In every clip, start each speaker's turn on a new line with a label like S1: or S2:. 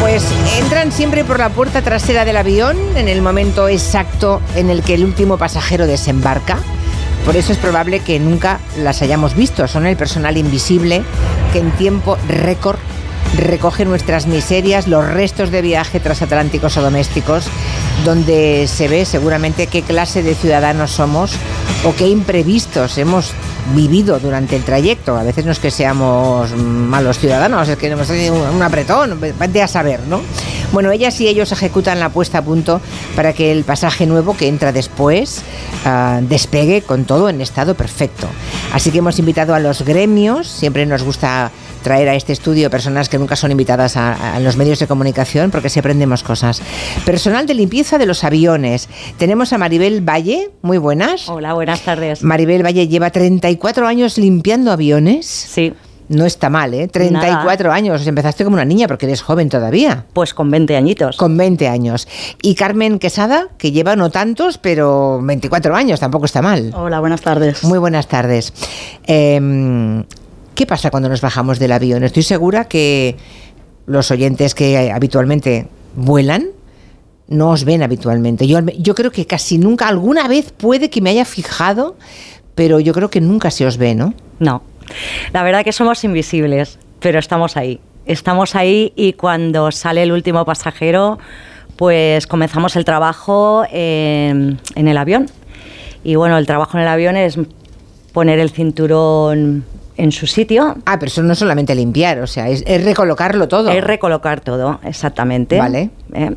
S1: Pues siempre por la puerta trasera del avión en el momento exacto en el que el último pasajero desembarca. Por eso es probable que nunca las hayamos visto. Son el personal invisible que en tiempo récord recoge nuestras miserias, los restos de viaje transatlánticos o domésticos, donde se ve seguramente qué clase de ciudadanos somos o qué imprevistos hemos vivido durante el trayecto. A veces no es que seamos malos ciudadanos, es que hemos tenido un apretón, vete a saber, ¿no? Bueno, ellas y ellos ejecutan la puesta a punto para que el pasaje nuevo que entra después uh, despegue con todo en estado perfecto. Así que hemos invitado a los gremios, siempre nos gusta traer a este estudio personas que nunca son invitadas a, a, los medios de comunicación porque si aprendemos cosas. Personal de limpieza de los aviones. Tenemos a Maribel Valle, muy buenas.
S2: Hola, buenas tardes.
S1: Maribel Valle lleva 34 años limpiando aviones.
S2: Sí.
S1: No está mal, ¿eh? 34 Nada. años. Empezaste como una niña porque eres joven todavía.
S2: Pues con 20 añitos.
S1: Con 20 años. Y Carmen Quesada, que lleva no tantos, pero 24 años, tampoco está mal.
S3: Hola, buenas tardes.
S1: Muy buenas tardes. Eh, ¿Qué pasa cuando nos bajamos del avión? Estoy segura que los oyentes que habitualmente vuelan no os ven habitualmente. Yo, yo creo que casi nunca, alguna vez puede que me haya fijado, pero yo creo que nunca se os ve, ¿no?
S2: No. La verdad que somos invisibles, pero estamos ahí. Estamos ahí y cuando sale el último pasajero, pues comenzamos el trabajo en, en, el avión. Y bueno, el trabajo en el avión es poner el cinturón en su sitio.
S1: Ah, pero eso no es solamente limpiar, o sea, es, es recolocarlo todo.
S2: Es recolocar todo, exactamente.
S1: Vale.
S2: ¿Eh?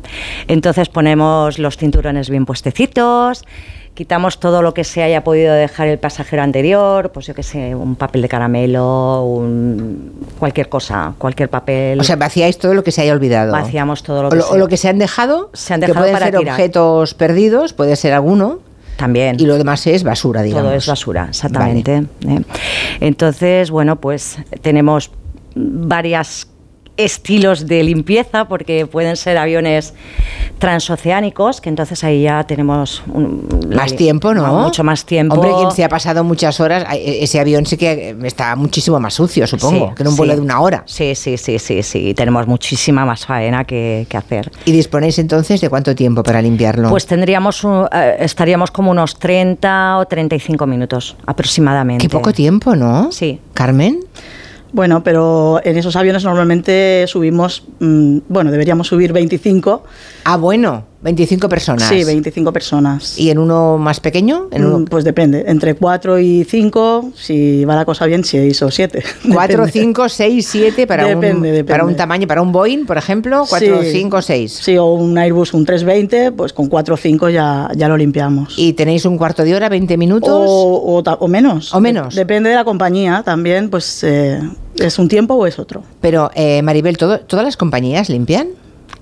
S2: Entonces ponemos los cinturones bien puestecitos quitamos todo lo que se haya podido dejar el pasajero anterior, pues yo qué sé, un papel de caramelo, un, cualquier cosa, cualquier papel.
S1: O sea, vaciáis todo lo que se haya olvidado.
S2: Vaciamos todo lo que,
S1: o, sea. o lo que se han dejado,
S2: se han dejado
S1: que pueden
S2: para
S1: ser
S2: tirar.
S1: objetos perdidos, puede ser alguno.
S2: También.
S1: Y lo demás es basura, digamos.
S2: Todo es basura, exactamente. Vale. ¿eh? Entonces, bueno, pues tenemos varias estilos de limpieza, porque pueden ser aviones transoceánicos, que entonces ahí ya tenemos un,
S1: más la, tiempo, ¿no?
S2: Mucho más tiempo.
S1: Hombre, quien se ha pasado muchas horas, e-, ese avión sí que está muchísimo más sucio, supongo, sí, que en un vuelo
S2: sí.
S1: de una hora.
S2: Sí, sí, sí, sí, sí. Tenemos muchísima más faena que, que hacer.
S1: ¿Y disponéis entonces de cuánto tiempo para limpiarlo?
S2: Pues tendríamos, un, eh, estaríamos como unos 30 o 35 minutos aproximadamente.
S1: Qué poco tiempo, ¿no?
S2: Sí.
S1: Carmen.
S3: Bueno, pero en esos aviones normalmente subimos, mmm, bueno, deberíamos subir 25.
S1: Ah, bueno, 25 personas.
S3: Sí, 25 personas.
S1: ¿Y en uno más pequeño? ¿En uno?
S3: Pues depende, entre 4 y 5, si va la cosa bien, 6 o 7.
S1: 4, 5, 6, 7 para,
S3: depende,
S1: un,
S3: depende.
S1: para un tamaño, para un Boeing, por ejemplo, 4, 5, 6.
S3: Sí, o un Airbus, un 320, pues con 4 o 5 ya, ya lo limpiamos.
S1: ¿Y tenéis un cuarto de hora, 20 minutos?
S3: O, o, o menos.
S1: O menos.
S3: De depende de la compañía también, pues... Eh, ¿Es un tiempo o es otro?
S1: Pero, eh, Maribel, ¿todo, ¿todas las compañías limpian?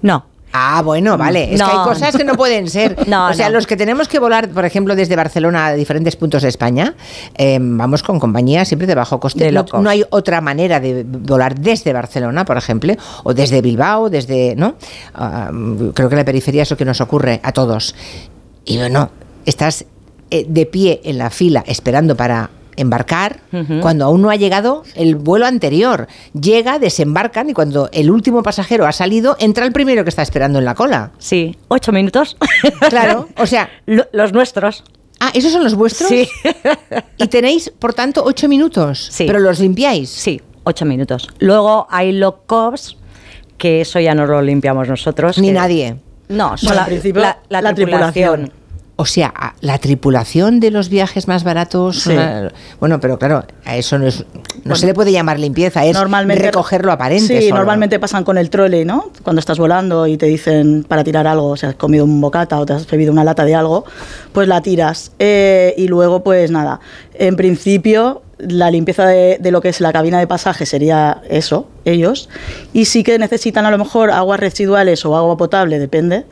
S2: No.
S1: Ah, bueno, vale. Es
S2: Mm. No.
S1: que hay cosas que no pueden ser.
S2: No,
S1: o sea,
S2: no.
S1: los que tenemos que volar, por ejemplo, desde Barcelona a diferentes puntos de España, eh, vamos con compañías siempre de bajo coste.
S2: De
S1: no,
S2: low cost.
S1: no hay otra manera de volar desde Barcelona, por ejemplo, o desde Bilbao, desde. ¿No? Ah, creo que la periferia es lo que nos ocurre a todos. Y bueno, estás eh, de pie en la fila esperando para embarcar
S2: Ujú.
S1: cuando aún no ha llegado el vuelo anterior. Llega, desembarcan y cuando el último pasajero ha salido, entra el primero que está esperando en la cola.
S2: Sí, ocho minutos.
S1: Claro, o sea,
S2: Lo- los nuestros.
S1: ah, ¿esos son los vuestros?
S2: Sí.
S1: Y tenéis, por tanto, ocho minutos,
S2: Sí.
S1: pero los limpiáis.
S2: Sí, ocho minutos. Luego hay low cost, que eso ya no lo limpiamos nosotros.
S1: Ni
S2: que-
S1: nadie.
S2: No, solo
S3: al
S2: la,
S3: principio,
S2: la- la
S3: la
S2: tripulación.
S3: tripulación.
S1: O sea, a- la tripulación de los viajes más baratos.
S3: Sí.
S1: una- bueno, pero claro, a eso no, es, no se le puede llamar limpieza, es recoger lo aparente.
S3: Sí,
S1: solo.
S3: normalmente pasan con el trolley, ¿no? Cuando estás volando y te dicen para tirar algo, o sea, has comido un bocata o te has bebido una lata de algo, pues la tiras. Eh, y luego, pues nada, en principio la limpieza de, de lo que es la cabina de pasaje sería eso, ellos. Y sí que necesitan a lo mejor aguas residuales o agua potable, depende,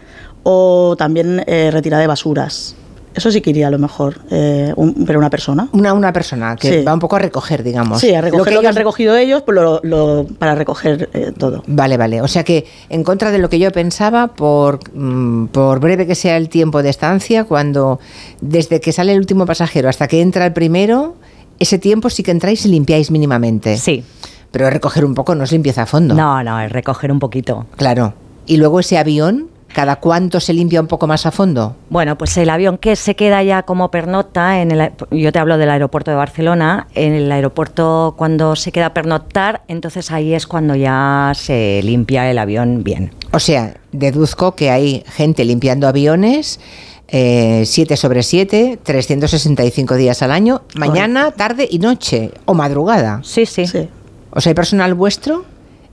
S3: o también eh, retirada de basuras. Eso sí que iría a lo mejor, eh, un- pero una persona.
S1: Una, una persona que
S3: Sí.
S1: va un poco a recoger, digamos.
S3: Sí, a recoger lo que,
S1: ellos-
S3: han recogido ellos pues lo- lo- para recoger eh, todo.
S1: Vale, vale. O sea que, en contra de lo que yo pensaba, por, mm, por breve que sea el tiempo de estancia, cuando desde que sale el último pasajero hasta que entra el primero, ese tiempo sí que entráis y limpiáis mínimamente.
S2: Sí.
S1: Pero recoger un poco no es limpieza a fondo.
S2: No, no, es recoger un poquito.
S1: Claro. y luego ese avión, ¿cada cuánto se limpia un poco más a fondo?
S2: Bueno, pues el avión que se queda ya como pernocta, en el, yo te hablo del aeropuerto de Barcelona, en el aeropuerto cuando se queda pernoctar, entonces ahí es cuando ya se limpia el avión bien.
S1: O sea, deduzco que hay gente limpiando aviones. Eh, 7 sobre 7, 365 días al año, mañana, tarde y noche, o madrugada.
S2: Sí, sí.
S3: Sí.
S1: O sea, hay personal vuestro,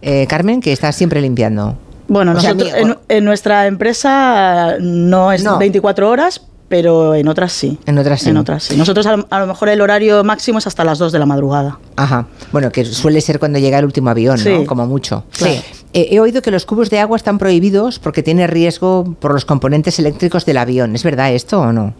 S1: eh, Carmen, que está siempre limpiando.
S3: Bueno,
S1: O sea,
S3: nosotros,
S1: mi-
S3: en, en nuestra empresa no es
S1: No.
S3: 24 horas, pero en otras sí.
S1: En otras sí.
S3: En otras sí. Nosotros a lo, a lo mejor el horario máximo es hasta las 2 de la madrugada.
S1: Ajá. Bueno, que suele ser cuando llega el último avión, ¿no?
S3: Sí.
S1: Como mucho.
S3: Claro.
S1: Eh, he oído que los cubos de agua están prohibidos porque tiene riesgo por los componentes eléctricos del avión. ¿Es verdad esto o no?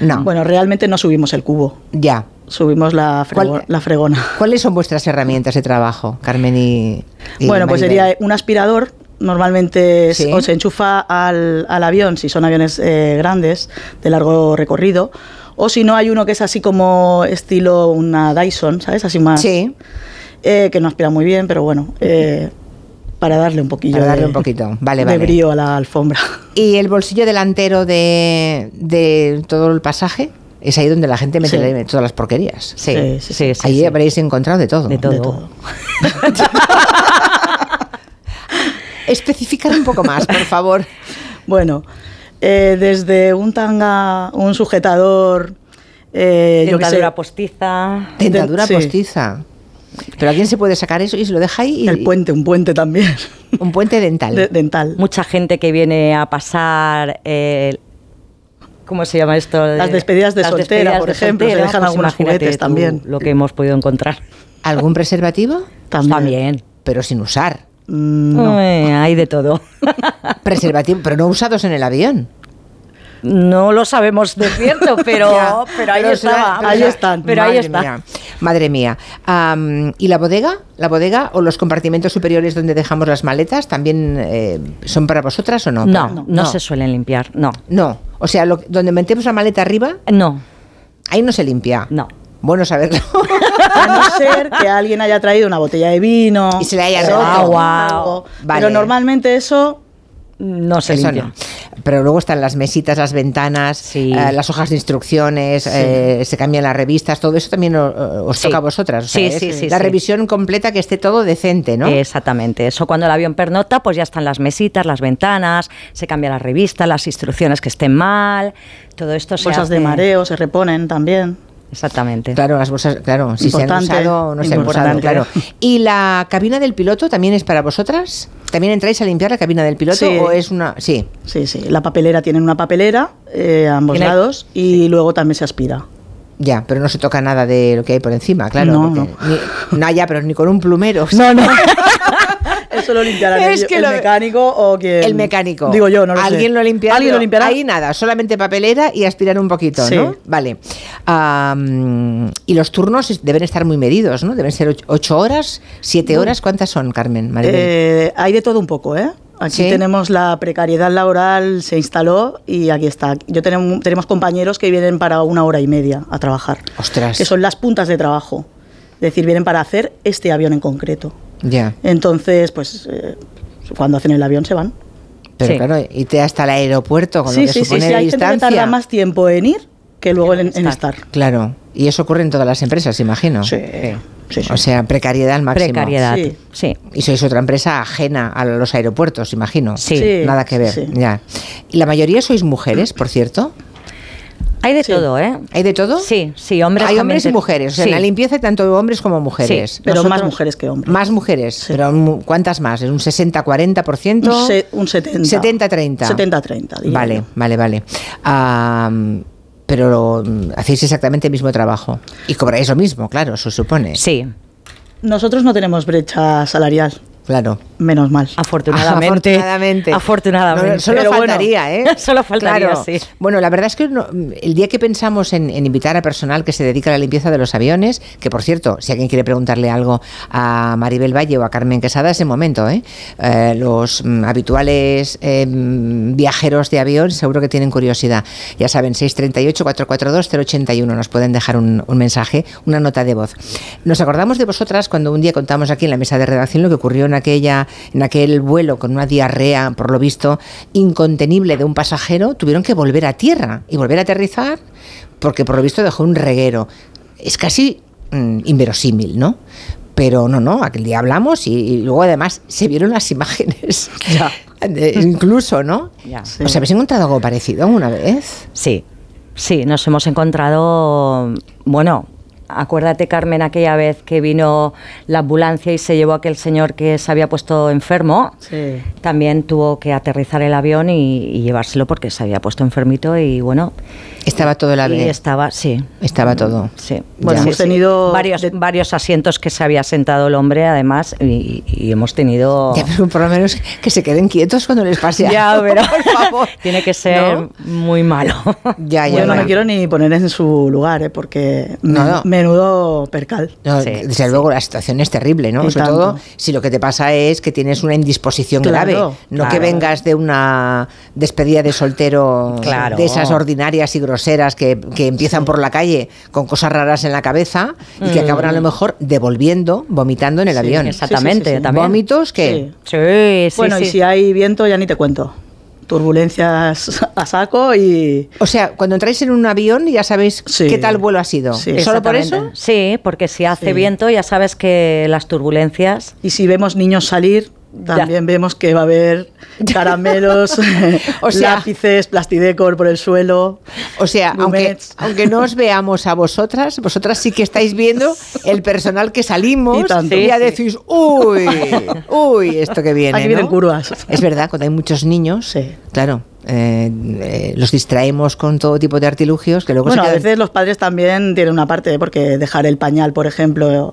S1: No.
S3: Bueno, realmente no subimos el cubo,
S1: ya.
S3: subimos la, frego-
S1: ¿Cuál-
S3: la fregona.
S1: ¿Cuáles son vuestras herramientas de trabajo, Carmen y, y
S3: bueno, pues
S1: Maribel?
S3: sería un aspirador. Normalmente
S1: Sí.
S3: se- o se enchufa al, al avión, si son aviones eh, grandes, de largo recorrido. O si no, hay uno que es así como estilo una Dyson, ¿sabes? Así más.
S1: Sí,
S3: eh, que no aspira muy bien, pero bueno, eh, para darle un poquillo
S1: para darle
S3: de,
S1: un poquito. Vale,
S3: de
S1: vale.
S3: brío a la alfombra.
S1: ¿Y el bolsillo delantero de, de todo el pasaje? Es ahí donde la gente mete
S3: Sí.
S1: todas las porquerías.
S2: Sí,
S3: Sí,
S2: sí,
S3: sí,
S2: sí,
S1: ahí
S2: sí.
S1: habréis encontrado de todo.
S2: De
S3: De
S2: Todo.
S3: todo.
S1: Especificar un poco más, por favor.
S3: Bueno, eh, desde un tanga, un sujetador, eh, yo qué sé,
S2: Dentadura postiza.
S1: Dentadura
S3: Sí.
S1: postiza. Pero ¿a quién se puede sacar eso y se lo deja ahí? y-
S3: el puente, un puente también,
S1: Un puente dental.
S3: de- dental.
S2: Mucha gente que viene a pasar. eh, ¿Cómo se llama esto? Eh,
S3: Las despedidas de soltera, por ejemplo, se dejan algunos
S2: imagínate
S3: juguetes
S2: tú
S3: también.
S2: Lo que hemos podido encontrar.
S1: ¿Algún preservativo?
S3: También.
S2: También.
S1: Pero sin usar.
S3: Mm, no.
S2: Eh, hay de todo.
S1: Preservativo, pero no usados en el avión.
S2: No lo sabemos de cierto, pero,
S1: Ya,
S2: pero ahí
S1: pero se la-
S2: estaba.
S1: pero
S3: ahí
S1: se la-
S3: están,
S2: Pero ahí
S1: Madre
S2: está.
S1: mía, madre mía. Am, ¿Y la bodega? ¿La bodega o los compartimentos superiores donde dejamos las maletas también eh, son para vosotras o no?
S2: No, no,
S1: no.
S2: se suelen limpiar. No.
S1: No. O sea, lo- donde metemos la maleta arriba,
S2: No.
S1: ahí no se limpia.
S2: No.
S1: Bueno saberlo.
S3: A no ser que alguien haya traído una botella de vino.
S1: Y se le haya
S3: eh,
S1: roto.
S3: agua,
S2: Wow.
S3: algo.
S1: Vale.
S3: Pero normalmente eso
S2: No se
S1: Eso
S2: limpia.
S1: no. Pero luego están las mesitas, las ventanas,
S2: Sí.
S1: eh, las hojas de instrucciones, eh, se cambian las revistas, todo eso también o- os
S2: Sí.
S1: toca a vosotras. o sea,
S2: Sí,
S1: es
S2: sí, sí,
S1: la
S2: sí. Eh,
S1: revisión completa que esté todo decente, ¿no?
S2: Exactamente. Eso cuando el avión pernota, pues ya están las mesitas, las ventanas, se cambia la revista, las instrucciones que estén mal, todo esto se
S3: bolsas de
S2: hace-
S3: mareo se reponen también.
S2: Exactamente.
S1: Claro, las bolsas, claro, si se han
S3: Importante,
S1: usado o no se han usado,
S3: importante.
S1: claro. ¿Y la cabina del piloto también es para vosotras? ¿También entráis a limpiar la cabina del piloto
S3: Sí.
S1: o es una...? Sí,
S3: Sí, sí. La papelera tienen una papelera eh, a ambos
S2: Tiene-
S3: lados y luego también se aspira.
S1: ya, pero no se toca nada de lo que hay por encima, claro.
S3: No,
S1: porque ni- no, ya, pero ni con un plumero. o sea,
S2: no.
S3: Eso lo limpiará
S1: Es
S3: el,
S1: que
S3: el
S1: lo-
S3: mecánico o quien...
S1: El mecánico.
S3: Digo yo, no lo sé.
S1: Alguien lo limpiará.
S3: Alguien lo limpiará.
S1: Ahí nada, solamente papelera y aspirar un poquito,
S3: Sí.
S1: ¿no? Vale. Am, y los turnos es- deben estar muy medidos, ¿no? Deben ser och- ocho horas, siete horas. ¿Cuántas son, Carmen? Maribel?
S3: Eh, hay de todo un poco, ¿eh? Aquí
S1: Sí.
S3: tenemos la precariedad laboral, se instaló y aquí está. Yo tenemos, tenemos compañeros que vienen para una hora y media a trabajar.
S1: Ostras.
S3: Que son las puntas de trabajo. Es decir, vienen para hacer este avión en concreto.
S1: Ya.
S3: Entonces, pues eh, cuando hacen el avión se van.
S1: Pero
S2: Sí.
S1: claro, irte hasta el aeropuerto con lo
S3: Sí,
S1: que
S3: sí, sí,
S1: supone
S3: sí.
S1: de
S3: Hay gente que
S1: distancia.
S3: tarda más tiempo en ir que luego en, en estar.
S1: Claro. Y eso ocurre en todas las empresas, imagino.
S3: Sí, sí, sí.
S1: O sea, precariedad al máximo.
S2: Precariedad.
S3: Sí.
S2: Sí.
S1: Y sois otra empresa ajena a los aeropuertos, imagino.
S2: Sí.
S3: Sí,
S1: Nada que ver.
S3: sí.
S1: Ya. Y la mayoría sois mujeres, por cierto.
S2: Hay de
S3: Sí.
S2: todo, ¿eh?
S1: ¿Hay de todo?
S2: Sí, sí, hombres
S1: Hay
S2: también
S1: hombres y
S2: te-
S1: mujeres. O sea,
S2: Sí.
S1: en la limpieza hay tanto hombres como mujeres.
S2: Sí,
S3: Pero más
S1: Nosotros-
S3: mujeres que hombres.
S1: Más mujeres. Pero mu- ¿cuántas más? ¿Es un 60-40%?
S3: Un, se- un 70.
S1: 70-30.
S3: 70-30. diría
S1: Vale,
S3: yo.
S1: vale, vale. Ah, pero mm, hacéis exactamente el mismo trabajo. Y cobráis lo mismo, claro, se supone.
S2: Sí,
S3: Nosotros no tenemos brecha salarial,
S1: Claro.
S3: menos mal.
S2: afortunadamente.
S1: Afortunadamente.
S2: Afortunadamente.
S1: No, no, solo
S3: Pero bueno,
S1: faltaría, ¿eh?
S2: solo faltaría,
S1: Claro.
S2: sí.
S1: Bueno, la verdad es que no- el día que pensamos en, en invitar a personal que se dedica a la limpieza de los aviones, que por cierto, si alguien quiere preguntarle algo a Maribel Valle o a Carmen Quesada, es el momento, ¿eh? Eh, los mm, habituales eh, mm, viajeros de avión seguro que tienen curiosidad. Ya saben, 638-442-081 nos pueden dejar un, un mensaje, una nota de voz. Nos acordamos de vosotras cuando un día contamos aquí en la mesa de redacción lo que ocurrió en aquella, en aquel vuelo con una diarrea, por lo visto, incontenible de un pasajero, tuvieron que volver a tierra y volver a aterrizar porque por lo visto dejó un reguero. Es casi mm, inverosímil, ¿no? Pero no, no, aquel día hablamos y, y luego además se vieron las imágenes.
S2: Ya.
S1: De- incluso, ¿no?
S2: Ya.
S1: ¿Os habéis encontrado algo parecido alguna vez?
S2: Sí, sí, nos hemos encontrado, bueno, acuérdate Carmen aquella vez que vino la ambulancia y se llevó aquel señor que se había puesto enfermo.
S3: Sí.
S2: También tuvo que aterrizar el avión y, y llevárselo porque se había puesto enfermito y bueno,
S1: Estaba todo el
S2: y
S1: avión.
S2: estaba, sí,
S1: Estaba todo.
S2: sí.
S1: Bueno,
S2: Sí,
S1: hemos
S2: sí.
S3: tenido-
S2: varios,
S3: de-
S2: varios asientos que se había sentado el hombre además y, y hemos tenido...
S1: Ya, pero por lo menos que se queden quietos cuando les pase algo.
S2: Oh. Ya, pero
S1: por favor.
S2: tiene que ser
S1: ¿No?
S2: muy malo.
S1: Ya, ya,
S3: Yo no
S1: ya.
S3: me quiero ni poner en su lugar, ¿eh? porque
S1: No,
S3: men-
S1: no.
S3: menudo percal.
S1: No,
S2: Sí,
S1: desde luego la situación es terrible, ¿no?
S3: Y
S1: Sobre
S3: tanto.
S1: todo si lo que te pasa es que tienes una indisposición
S3: Claro,
S1: grave, no
S2: claro.
S1: que vengas de una despedida de soltero
S2: Claro.
S1: de esas ordinarias y groseras que, que empiezan por la calle con cosas raras en la cabeza y que acaban a lo mejor devolviendo, vomitando en el avión.
S2: Mm. Exactamente,
S3: Sí, sí, sí, sí.
S2: también.
S1: Vómitos que
S2: Sí, sí,
S3: bueno, y
S2: sí.
S3: si hay viento ya ni te cuento. Turbulencias a saco y...
S1: O sea, cuando entráis en un avión ya sabéis
S3: Sí.
S1: qué tal vuelo ha sido.
S3: Sí.
S1: ¿Solo por eso?
S2: Exactamente. Sí, porque si hace
S3: Sí.
S2: viento ya sabes que las turbulencias...
S3: Y si vemos niños salir, también vemos que va a haber caramelos,
S1: O sea-
S3: lápices, plastidecor por el suelo.
S1: O sea, aunque,
S3: Gourmets.
S1: aunque no os veamos a vosotras, vosotras sí que estáis viendo el personal que salimos
S3: Y tanto.
S1: ya
S2: Sí, sí.
S1: decís, uy, uy, esto que viene.
S3: Aquí vienen
S1: ¿no? Eh.
S3: curvas.
S1: Es verdad, cuando hay muchos niños,
S3: Sí.
S1: claro, eh, eh, los distraemos con todo tipo de artilugios que luego
S3: bueno,
S1: se
S3: a
S1: quedan-
S3: veces los padres también tienen una parte, ¿eh? porque dejar el pañal, por ejemplo,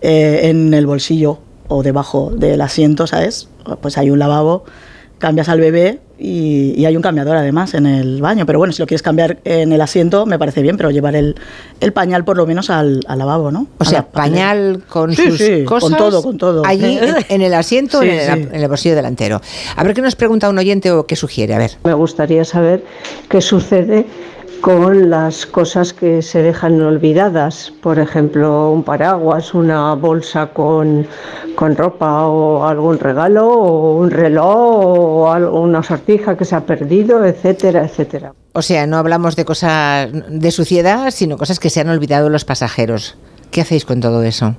S3: eh, en el bolsillo o debajo del asiento, ¿sabes? Pues hay un lavabo, cambias al bebé y, y hay un cambiador además en el baño. Pero bueno, si lo quieres cambiar en el asiento, me parece bien, pero llevar el, el pañal por lo menos al, al lavabo, ¿no?
S1: O
S3: A
S1: sea,
S3: la parte-
S1: pañal con
S3: Sí,
S1: sus
S3: sí,
S1: cosas.
S3: Con todo, con todo.
S1: Allí en, en el asiento o
S3: Sí,
S1: en el,
S3: sí.
S1: en el bolsillo delantero. A ver qué nos pregunta un oyente o qué sugiere. A ver.
S4: Me gustaría saber qué sucede con las cosas que se dejan olvidadas, por ejemplo, un paraguas, una bolsa con, con ropa o algún regalo, o un reloj, o al- una sortija que se ha perdido, etcétera, etcétera.
S1: O sea, no hablamos de cosas de suciedad, sino cosas que se han olvidado los pasajeros. ¿Qué hacéis con todo eso?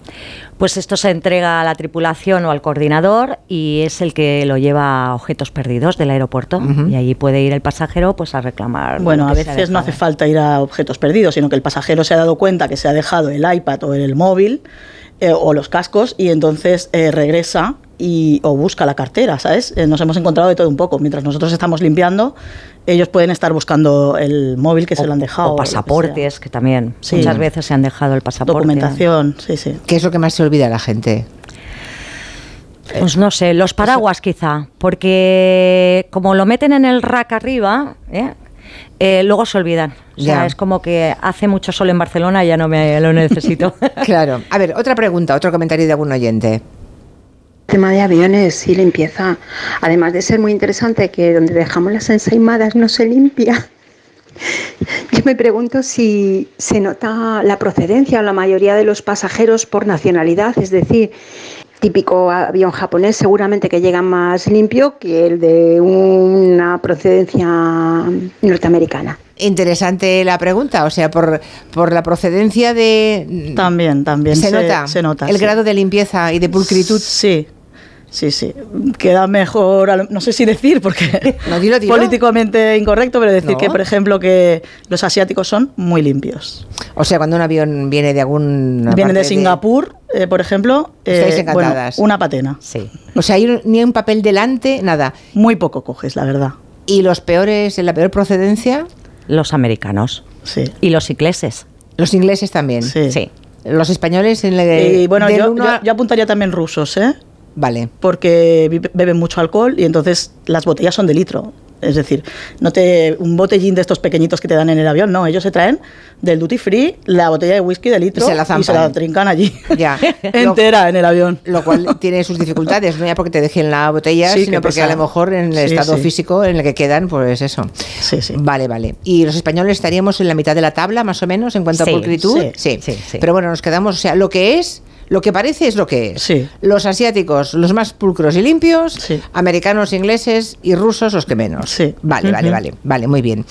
S2: Pues esto se entrega a la tripulación o al coordinador y es el que lo lleva a objetos perdidos del aeropuerto y allí puede ir el pasajero pues a reclamar. lo
S3: Bueno, a
S2: que se ha
S3: veces no hace
S2: dejado.
S3: falta ir a objetos perdidos, sino que el pasajero se ha dado cuenta que se ha dejado el iPad o el móvil eh, o los cascos y entonces eh, regresa y, o busca la cartera, ¿sabes? Eh, nos hemos encontrado de todo un poco. Mientras nosotros estamos limpiando, ellos pueden estar buscando el móvil que se lo han dejado.
S2: O
S3: lo que sea.
S2: pasaportes, que también
S3: Sí.
S2: muchas veces se han dejado el pasaporte.
S3: Documentación, sí, sí.
S1: ¿Qué es lo que más se olvida a la gente?
S2: Pues no sé, los paraguas quizá, porque como lo meten en el rack arriba, ¿eh? Eh, luego se olvidan. O sea,
S1: Ya.
S2: es como que hace mucho sol en Barcelona, ya no me lo necesito.
S1: Claro. A ver, otra pregunta, otro comentario de algún oyente.
S5: Tema de aviones y limpieza. Además de ser muy interesante que donde dejamos las ensaimadas no se limpia. Yo me pregunto si se nota la procedencia o la mayoría de los pasajeros por nacionalidad, es decir, típico avión japonés seguramente que llega más limpio que el de una procedencia norteamericana.
S1: Interesante la pregunta, o sea, por, por la procedencia de...
S3: También, también.
S1: se, nota,
S3: Se nota.
S1: el
S3: sí.
S1: grado de limpieza y de pulcritud.
S3: Sí. Sí, sí. Queda mejor, a lo- no sé si decir, porque
S1: No, dilo, dilo.
S3: políticamente incorrecto, pero decir
S1: No.
S3: que, por ejemplo, que los asiáticos son muy limpios.
S1: O sea, cuando un avión viene de algún...
S3: Vienen de Singapur, eh, por ejemplo,
S1: Estáis
S3: eh, bueno,
S1: encantadas.
S3: una patena.
S2: Sí.
S1: O sea, hay un- ni un papel delante, nada.
S3: Muy poco coges, la verdad.
S1: ¿Y los peores, la peor procedencia?
S2: Los americanos
S3: Sí.
S2: y los ingleses.
S1: Los ingleses también.
S3: Sí.
S2: Sí.
S1: Los españoles en la
S3: y bueno,
S1: Eh, del
S3: yo,
S1: uno
S3: yo-
S1: a-
S3: yo apuntaría también rusos, ¿eh?
S1: Vale.
S3: Porque vi- beben mucho alcohol y entonces las botellas son de litro. Es decir, no te un botellín de estos pequeñitos que te dan en el avión, no. Ellos se traen del duty free la botella de whisky de litro
S1: Y se la zampan.
S3: trincan allí.
S1: Ya.
S3: Entera en el avión.
S1: Lo cual tiene sus dificultades, no ya porque te dejen la botella,
S3: Sí, que
S1: sino porque
S3: pesa.
S1: a lo mejor en el
S3: Sí,
S1: estado
S3: sí.
S1: físico en el que quedan, pues eso.
S3: Sí, sí.
S1: Vale, vale. ¿Y los españoles estaríamos en la mitad de la tabla, más o menos, en cuanto
S2: Sí,
S1: a pulcritud?
S3: sí,
S2: sí, sí.
S1: Pero bueno, nos quedamos, o sea, lo que es, Lo que parece es lo que es.
S3: Sí.
S1: Los asiáticos, los más pulcros y limpios,
S3: Sí.
S1: americanos, ingleses y rusos, los que menos.
S3: Sí.
S1: Vale, vale,
S3: Ujú.
S1: vale, vale, muy bien.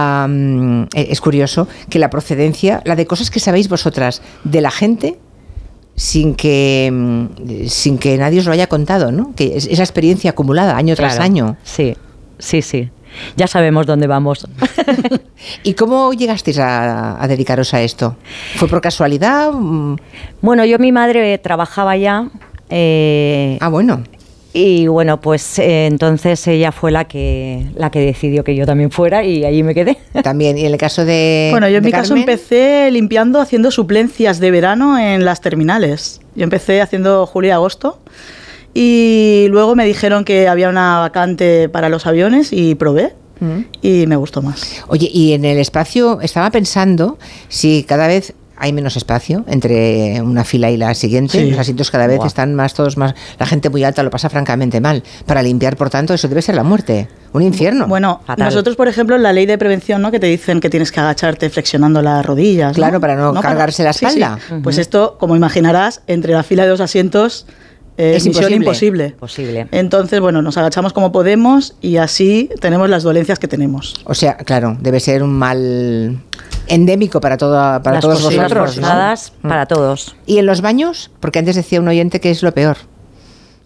S1: Am, e- es curioso que la procedencia, la de cosas que sabéis vosotras de la gente, sin que mm, sin que nadie os lo haya contado, ¿no? Que es- esa experiencia acumulada año tras
S2: Claro.
S1: año.
S2: Sí, sí, sí. Ya sabemos dónde vamos.
S1: ¿Y cómo llegasteis a, a dedicaros a esto? ¿Fue por casualidad? Mm,
S2: bueno, yo mi madre trabajaba ya. eh,
S1: Ah, bueno.
S2: Y bueno, pues eh, entonces ella fue la que, la que decidió que yo también fuera y allí me quedé.
S1: También, y en el caso de.
S3: Bueno, yo
S1: Eh,
S3: en
S1: de
S3: mi caso
S1: Carmen,
S3: empecé limpiando haciendo suplencias de verano en las terminales. Yo empecé haciendo julio y agosto y luego me dijeron que había una vacante para los aviones y probé
S1: Mm.
S3: y me gustó más.
S1: Oye, y en el espacio, estaba pensando si cada vez hay menos espacio entre una fila y la siguiente,
S3: Sí.
S1: los asientos cada vez
S2: Buah.
S1: están más, todos más. La gente muy alta lo pasa francamente mal. Para limpiar, por tanto, eso debe ser la muerte, un infierno.
S3: Bueno,
S2: Fatal.
S3: nosotros, por ejemplo, en la ley de prevención, ¿no? Que te dicen que tienes que agacharte flexionando las rodillas.
S1: Claro, para no cargarse la
S3: Sí, sí.
S1: espalda.
S3: Pues esto, como imaginarás, entre la fila de dos asientos eh,
S1: Es
S3: misión
S1: imposible.
S3: imposible.
S2: Posible.
S3: Entonces, bueno, nos agachamos como podemos y así tenemos las dolencias que tenemos.
S1: o sea, claro, debe ser un mal endémico para toda, para
S2: Las
S1: todos
S2: cositas
S1: vosotros. ¿no?
S2: forzadas
S1: Mm.
S2: para todos.
S1: ¿Y en los baños? Porque antes decía un oyente que es lo peor.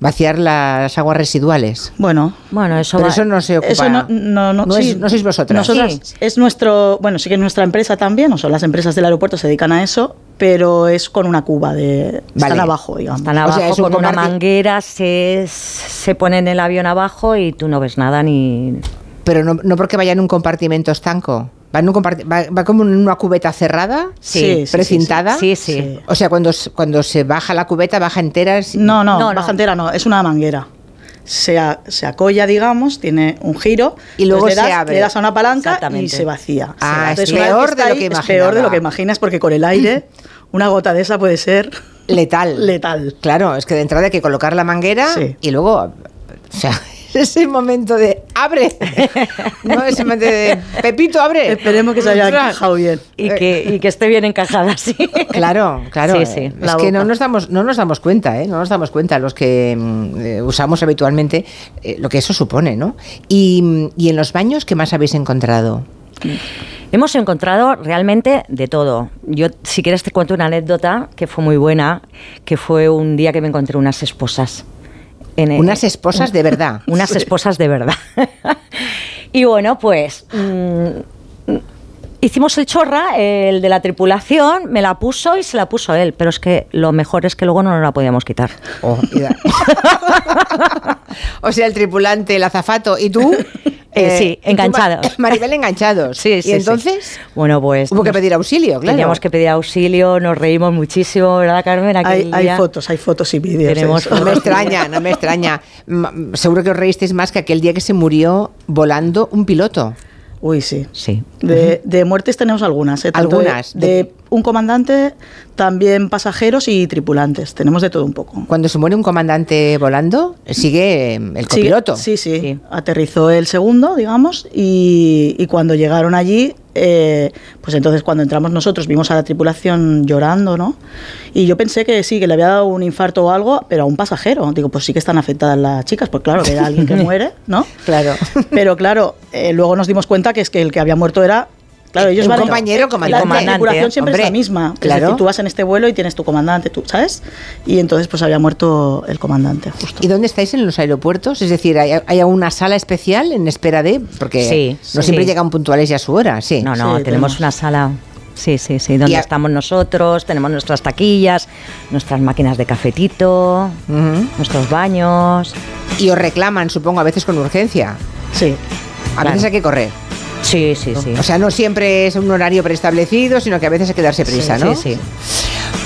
S1: Vaciar las aguas residuales.
S3: Bueno,
S2: Bueno, eso
S1: Pero
S2: va-
S1: eso no se ocupa.
S3: eso no, no, no,
S1: No
S3: sí.
S1: es- no sois vosotras.
S3: Nosotras
S2: Sí.
S3: es nuestro, bueno, sí que es nuestra empresa también, o sea, las empresas del aeropuerto se dedican a eso, pero es con una cuba de
S1: Vale.
S3: están abajo, digamos.
S2: Están
S1: O sea,
S2: abajo
S1: es un
S2: con una
S1: comparti-
S2: manguera, se, se ponen el avión abajo y tú no ves nada ni...
S1: Pero no, no porque vaya en un compartimento estanco. Va, en un comparti- va, va como en una cubeta cerrada,
S2: Sí,
S1: precintada.
S2: Sí, sí.
S3: Sí.
S1: O sea, cuando, s- cuando se baja la cubeta, baja entera. es-
S3: No, no,
S2: No, no.
S3: baja entera no, es una manguera. Se, a- se acolla, digamos, tiene un giro
S1: Y luego
S3: entonces le
S1: se
S3: das,
S1: abre.
S3: le das a una palanca y
S2: Exactamente.
S3: se vacía.
S1: Ah,
S3: Entonces,
S1: es
S3: una vez
S1: peor
S3: está
S1: de lo que
S3: Es peor de
S1: imaginaba.
S3: lo que imaginas porque con el aire una gota de esa puede ser
S1: Letal.
S3: letal.
S1: Claro, es que de entrada hay que colocar la manguera
S3: Sí.
S1: y luego. O sea, es el momento de. ¡Abre! no es el momento de. Pepito, abre.
S3: Esperemos que se haya
S1: Ostras.
S3: encajado bien.
S2: Y, que, y que esté bien encajada, sí.
S1: Eh. Claro, claro.
S2: Sí,
S1: eh,
S2: sí.
S1: Es
S3: la
S1: que
S3: boca.
S1: no nos damos, no nos damos cuenta, ¿eh? No nos damos cuenta los que mm, eh, usamos habitualmente eh, lo que eso supone, ¿no? Y, mm, y en los baños, ¿qué más habéis encontrado?
S2: Hemos encontrado realmente de todo. Yo, si quieres, te cuento una anécdota que fue muy buena, que fue un día que me encontré unas esposas. En-
S1: Unas esposas de verdad.
S2: unas esposas de verdad. y bueno, pues mm, hicimos el chorra, el de la tripulación, me la puso y se la puso él, pero es que lo mejor es que luego no nos la podíamos quitar.
S1: Oh, y da- o sea, el tripulante, el azafato y tú.
S2: Eh, sí,
S1: y tú, Ma-
S2: enganchados.
S1: Maribel enganchados. Y entonces
S2: Bueno, pues
S1: hubo que
S2: nos-
S1: pedir auxilio, claro.
S2: Teníamos que pedir auxilio, nos reímos muchísimo, ¿verdad, Carmen?
S3: Hay,
S2: Aquel
S3: hay
S2: día.
S3: fotos, hay fotos y vídeos. de
S2: Tenemos
S3: eso.
S1: No me extraña, no me extraña. Mm, Seguro que os reísteis más que aquel día que se murió volando un piloto.
S3: Uy, sí.
S2: Sí.
S3: De, de muertes tenemos algunas. ¿eh? Tanto de-
S1: Algunas,
S3: De,
S1: de-
S3: un comandante, también pasajeros y tripulantes. Tenemos de todo un poco.
S1: Cuando se muere un comandante volando, sigue eh, el
S3: Sí,
S1: copiloto.
S3: Sí, sí,
S2: Sí.
S3: Aterrizó el segundo, digamos, y, y cuando llegaron allí, eh, pues entonces cuando entramos nosotros vimos a la tripulación llorando, ¿no? Y yo pensé que sí, que le había dado un infarto o algo, pero a un pasajero. Digo, pues sí que están afectadas las chicas, pues claro, que era alguien que muere, ¿no?
S1: Claro.
S3: Pero claro, eh, luego nos dimos cuenta que es que el que había muerto era. Claro, ellos
S1: Un
S3: van-
S1: compañero, comandante.
S3: La tripulación siempre
S1: Hombre,
S3: es la misma.
S1: claro.
S3: Es decir, tú vas en este vuelo y tienes tu comandante, tú, ¿sabes? Y entonces, pues había muerto el comandante, justo.
S1: ¿Y dónde estáis en los aeropuertos? Es decir, ¿hay, hay una sala especial en espera de...? Porque
S2: Sí,
S1: no
S2: sí.
S1: siempre llegan puntuales y a su hora, sí.
S2: No, no, tenemos,
S3: Sí, tenemos.
S2: una sala. Sí, sí, sí, donde
S1: Y a-
S2: estamos nosotros, tenemos nuestras taquillas, nuestras máquinas de cafetito,
S1: Ujú.
S2: nuestros baños.
S1: Y os reclaman, supongo, a veces con urgencia.
S3: Sí.
S1: A
S2: Claro.
S1: veces hay que correr.
S2: Sí, sí, sí.
S1: O sea, no siempre es un horario preestablecido, sino que a veces hay que darse prisa,
S2: sí,
S1: ¿no?
S2: sí.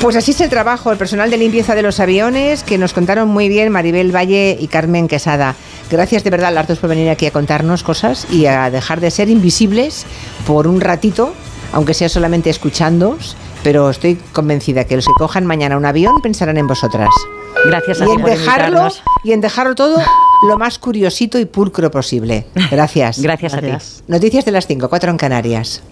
S1: Pues así es el trabajo, el personal de limpieza de los aviones, que nos contaron muy bien Maribel Valle y Carmen Quesada. Gracias de verdad a las dos por venir aquí a contarnos cosas y a dejar de ser invisibles por un ratito, aunque sea solamente escuchándoos, pero estoy convencida que los que cojan mañana un avión pensarán en vosotras.
S2: Gracias a
S1: Y
S2: ti
S1: en,
S2: por
S1: dejarlo,
S2: invitarnos.
S1: y en dejarlo todo lo más curiosito y pulcro posible. Gracias.
S2: Gracias a ti.
S3: Gracias.
S1: Noticias de las 5, 4 en Canarias.